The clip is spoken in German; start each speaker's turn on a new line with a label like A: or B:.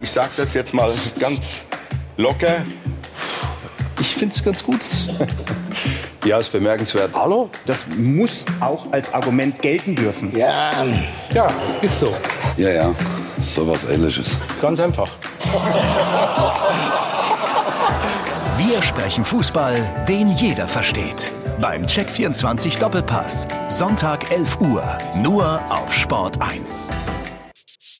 A: Ich sage das jetzt mal ganz locker.
B: Ich finde es ganz gut.
A: Ja, ist bemerkenswert.
C: Hallo? Das muss auch als Argument gelten dürfen.
D: Ja,
B: Ja, ist so.
E: Ja, ja, sowas ähnliches.
B: Ganz einfach.
F: Wir sprechen Fußball, den jeder versteht. Beim Check24 Doppelpass. Sonntag 11 Uhr. Nur auf Sport 1.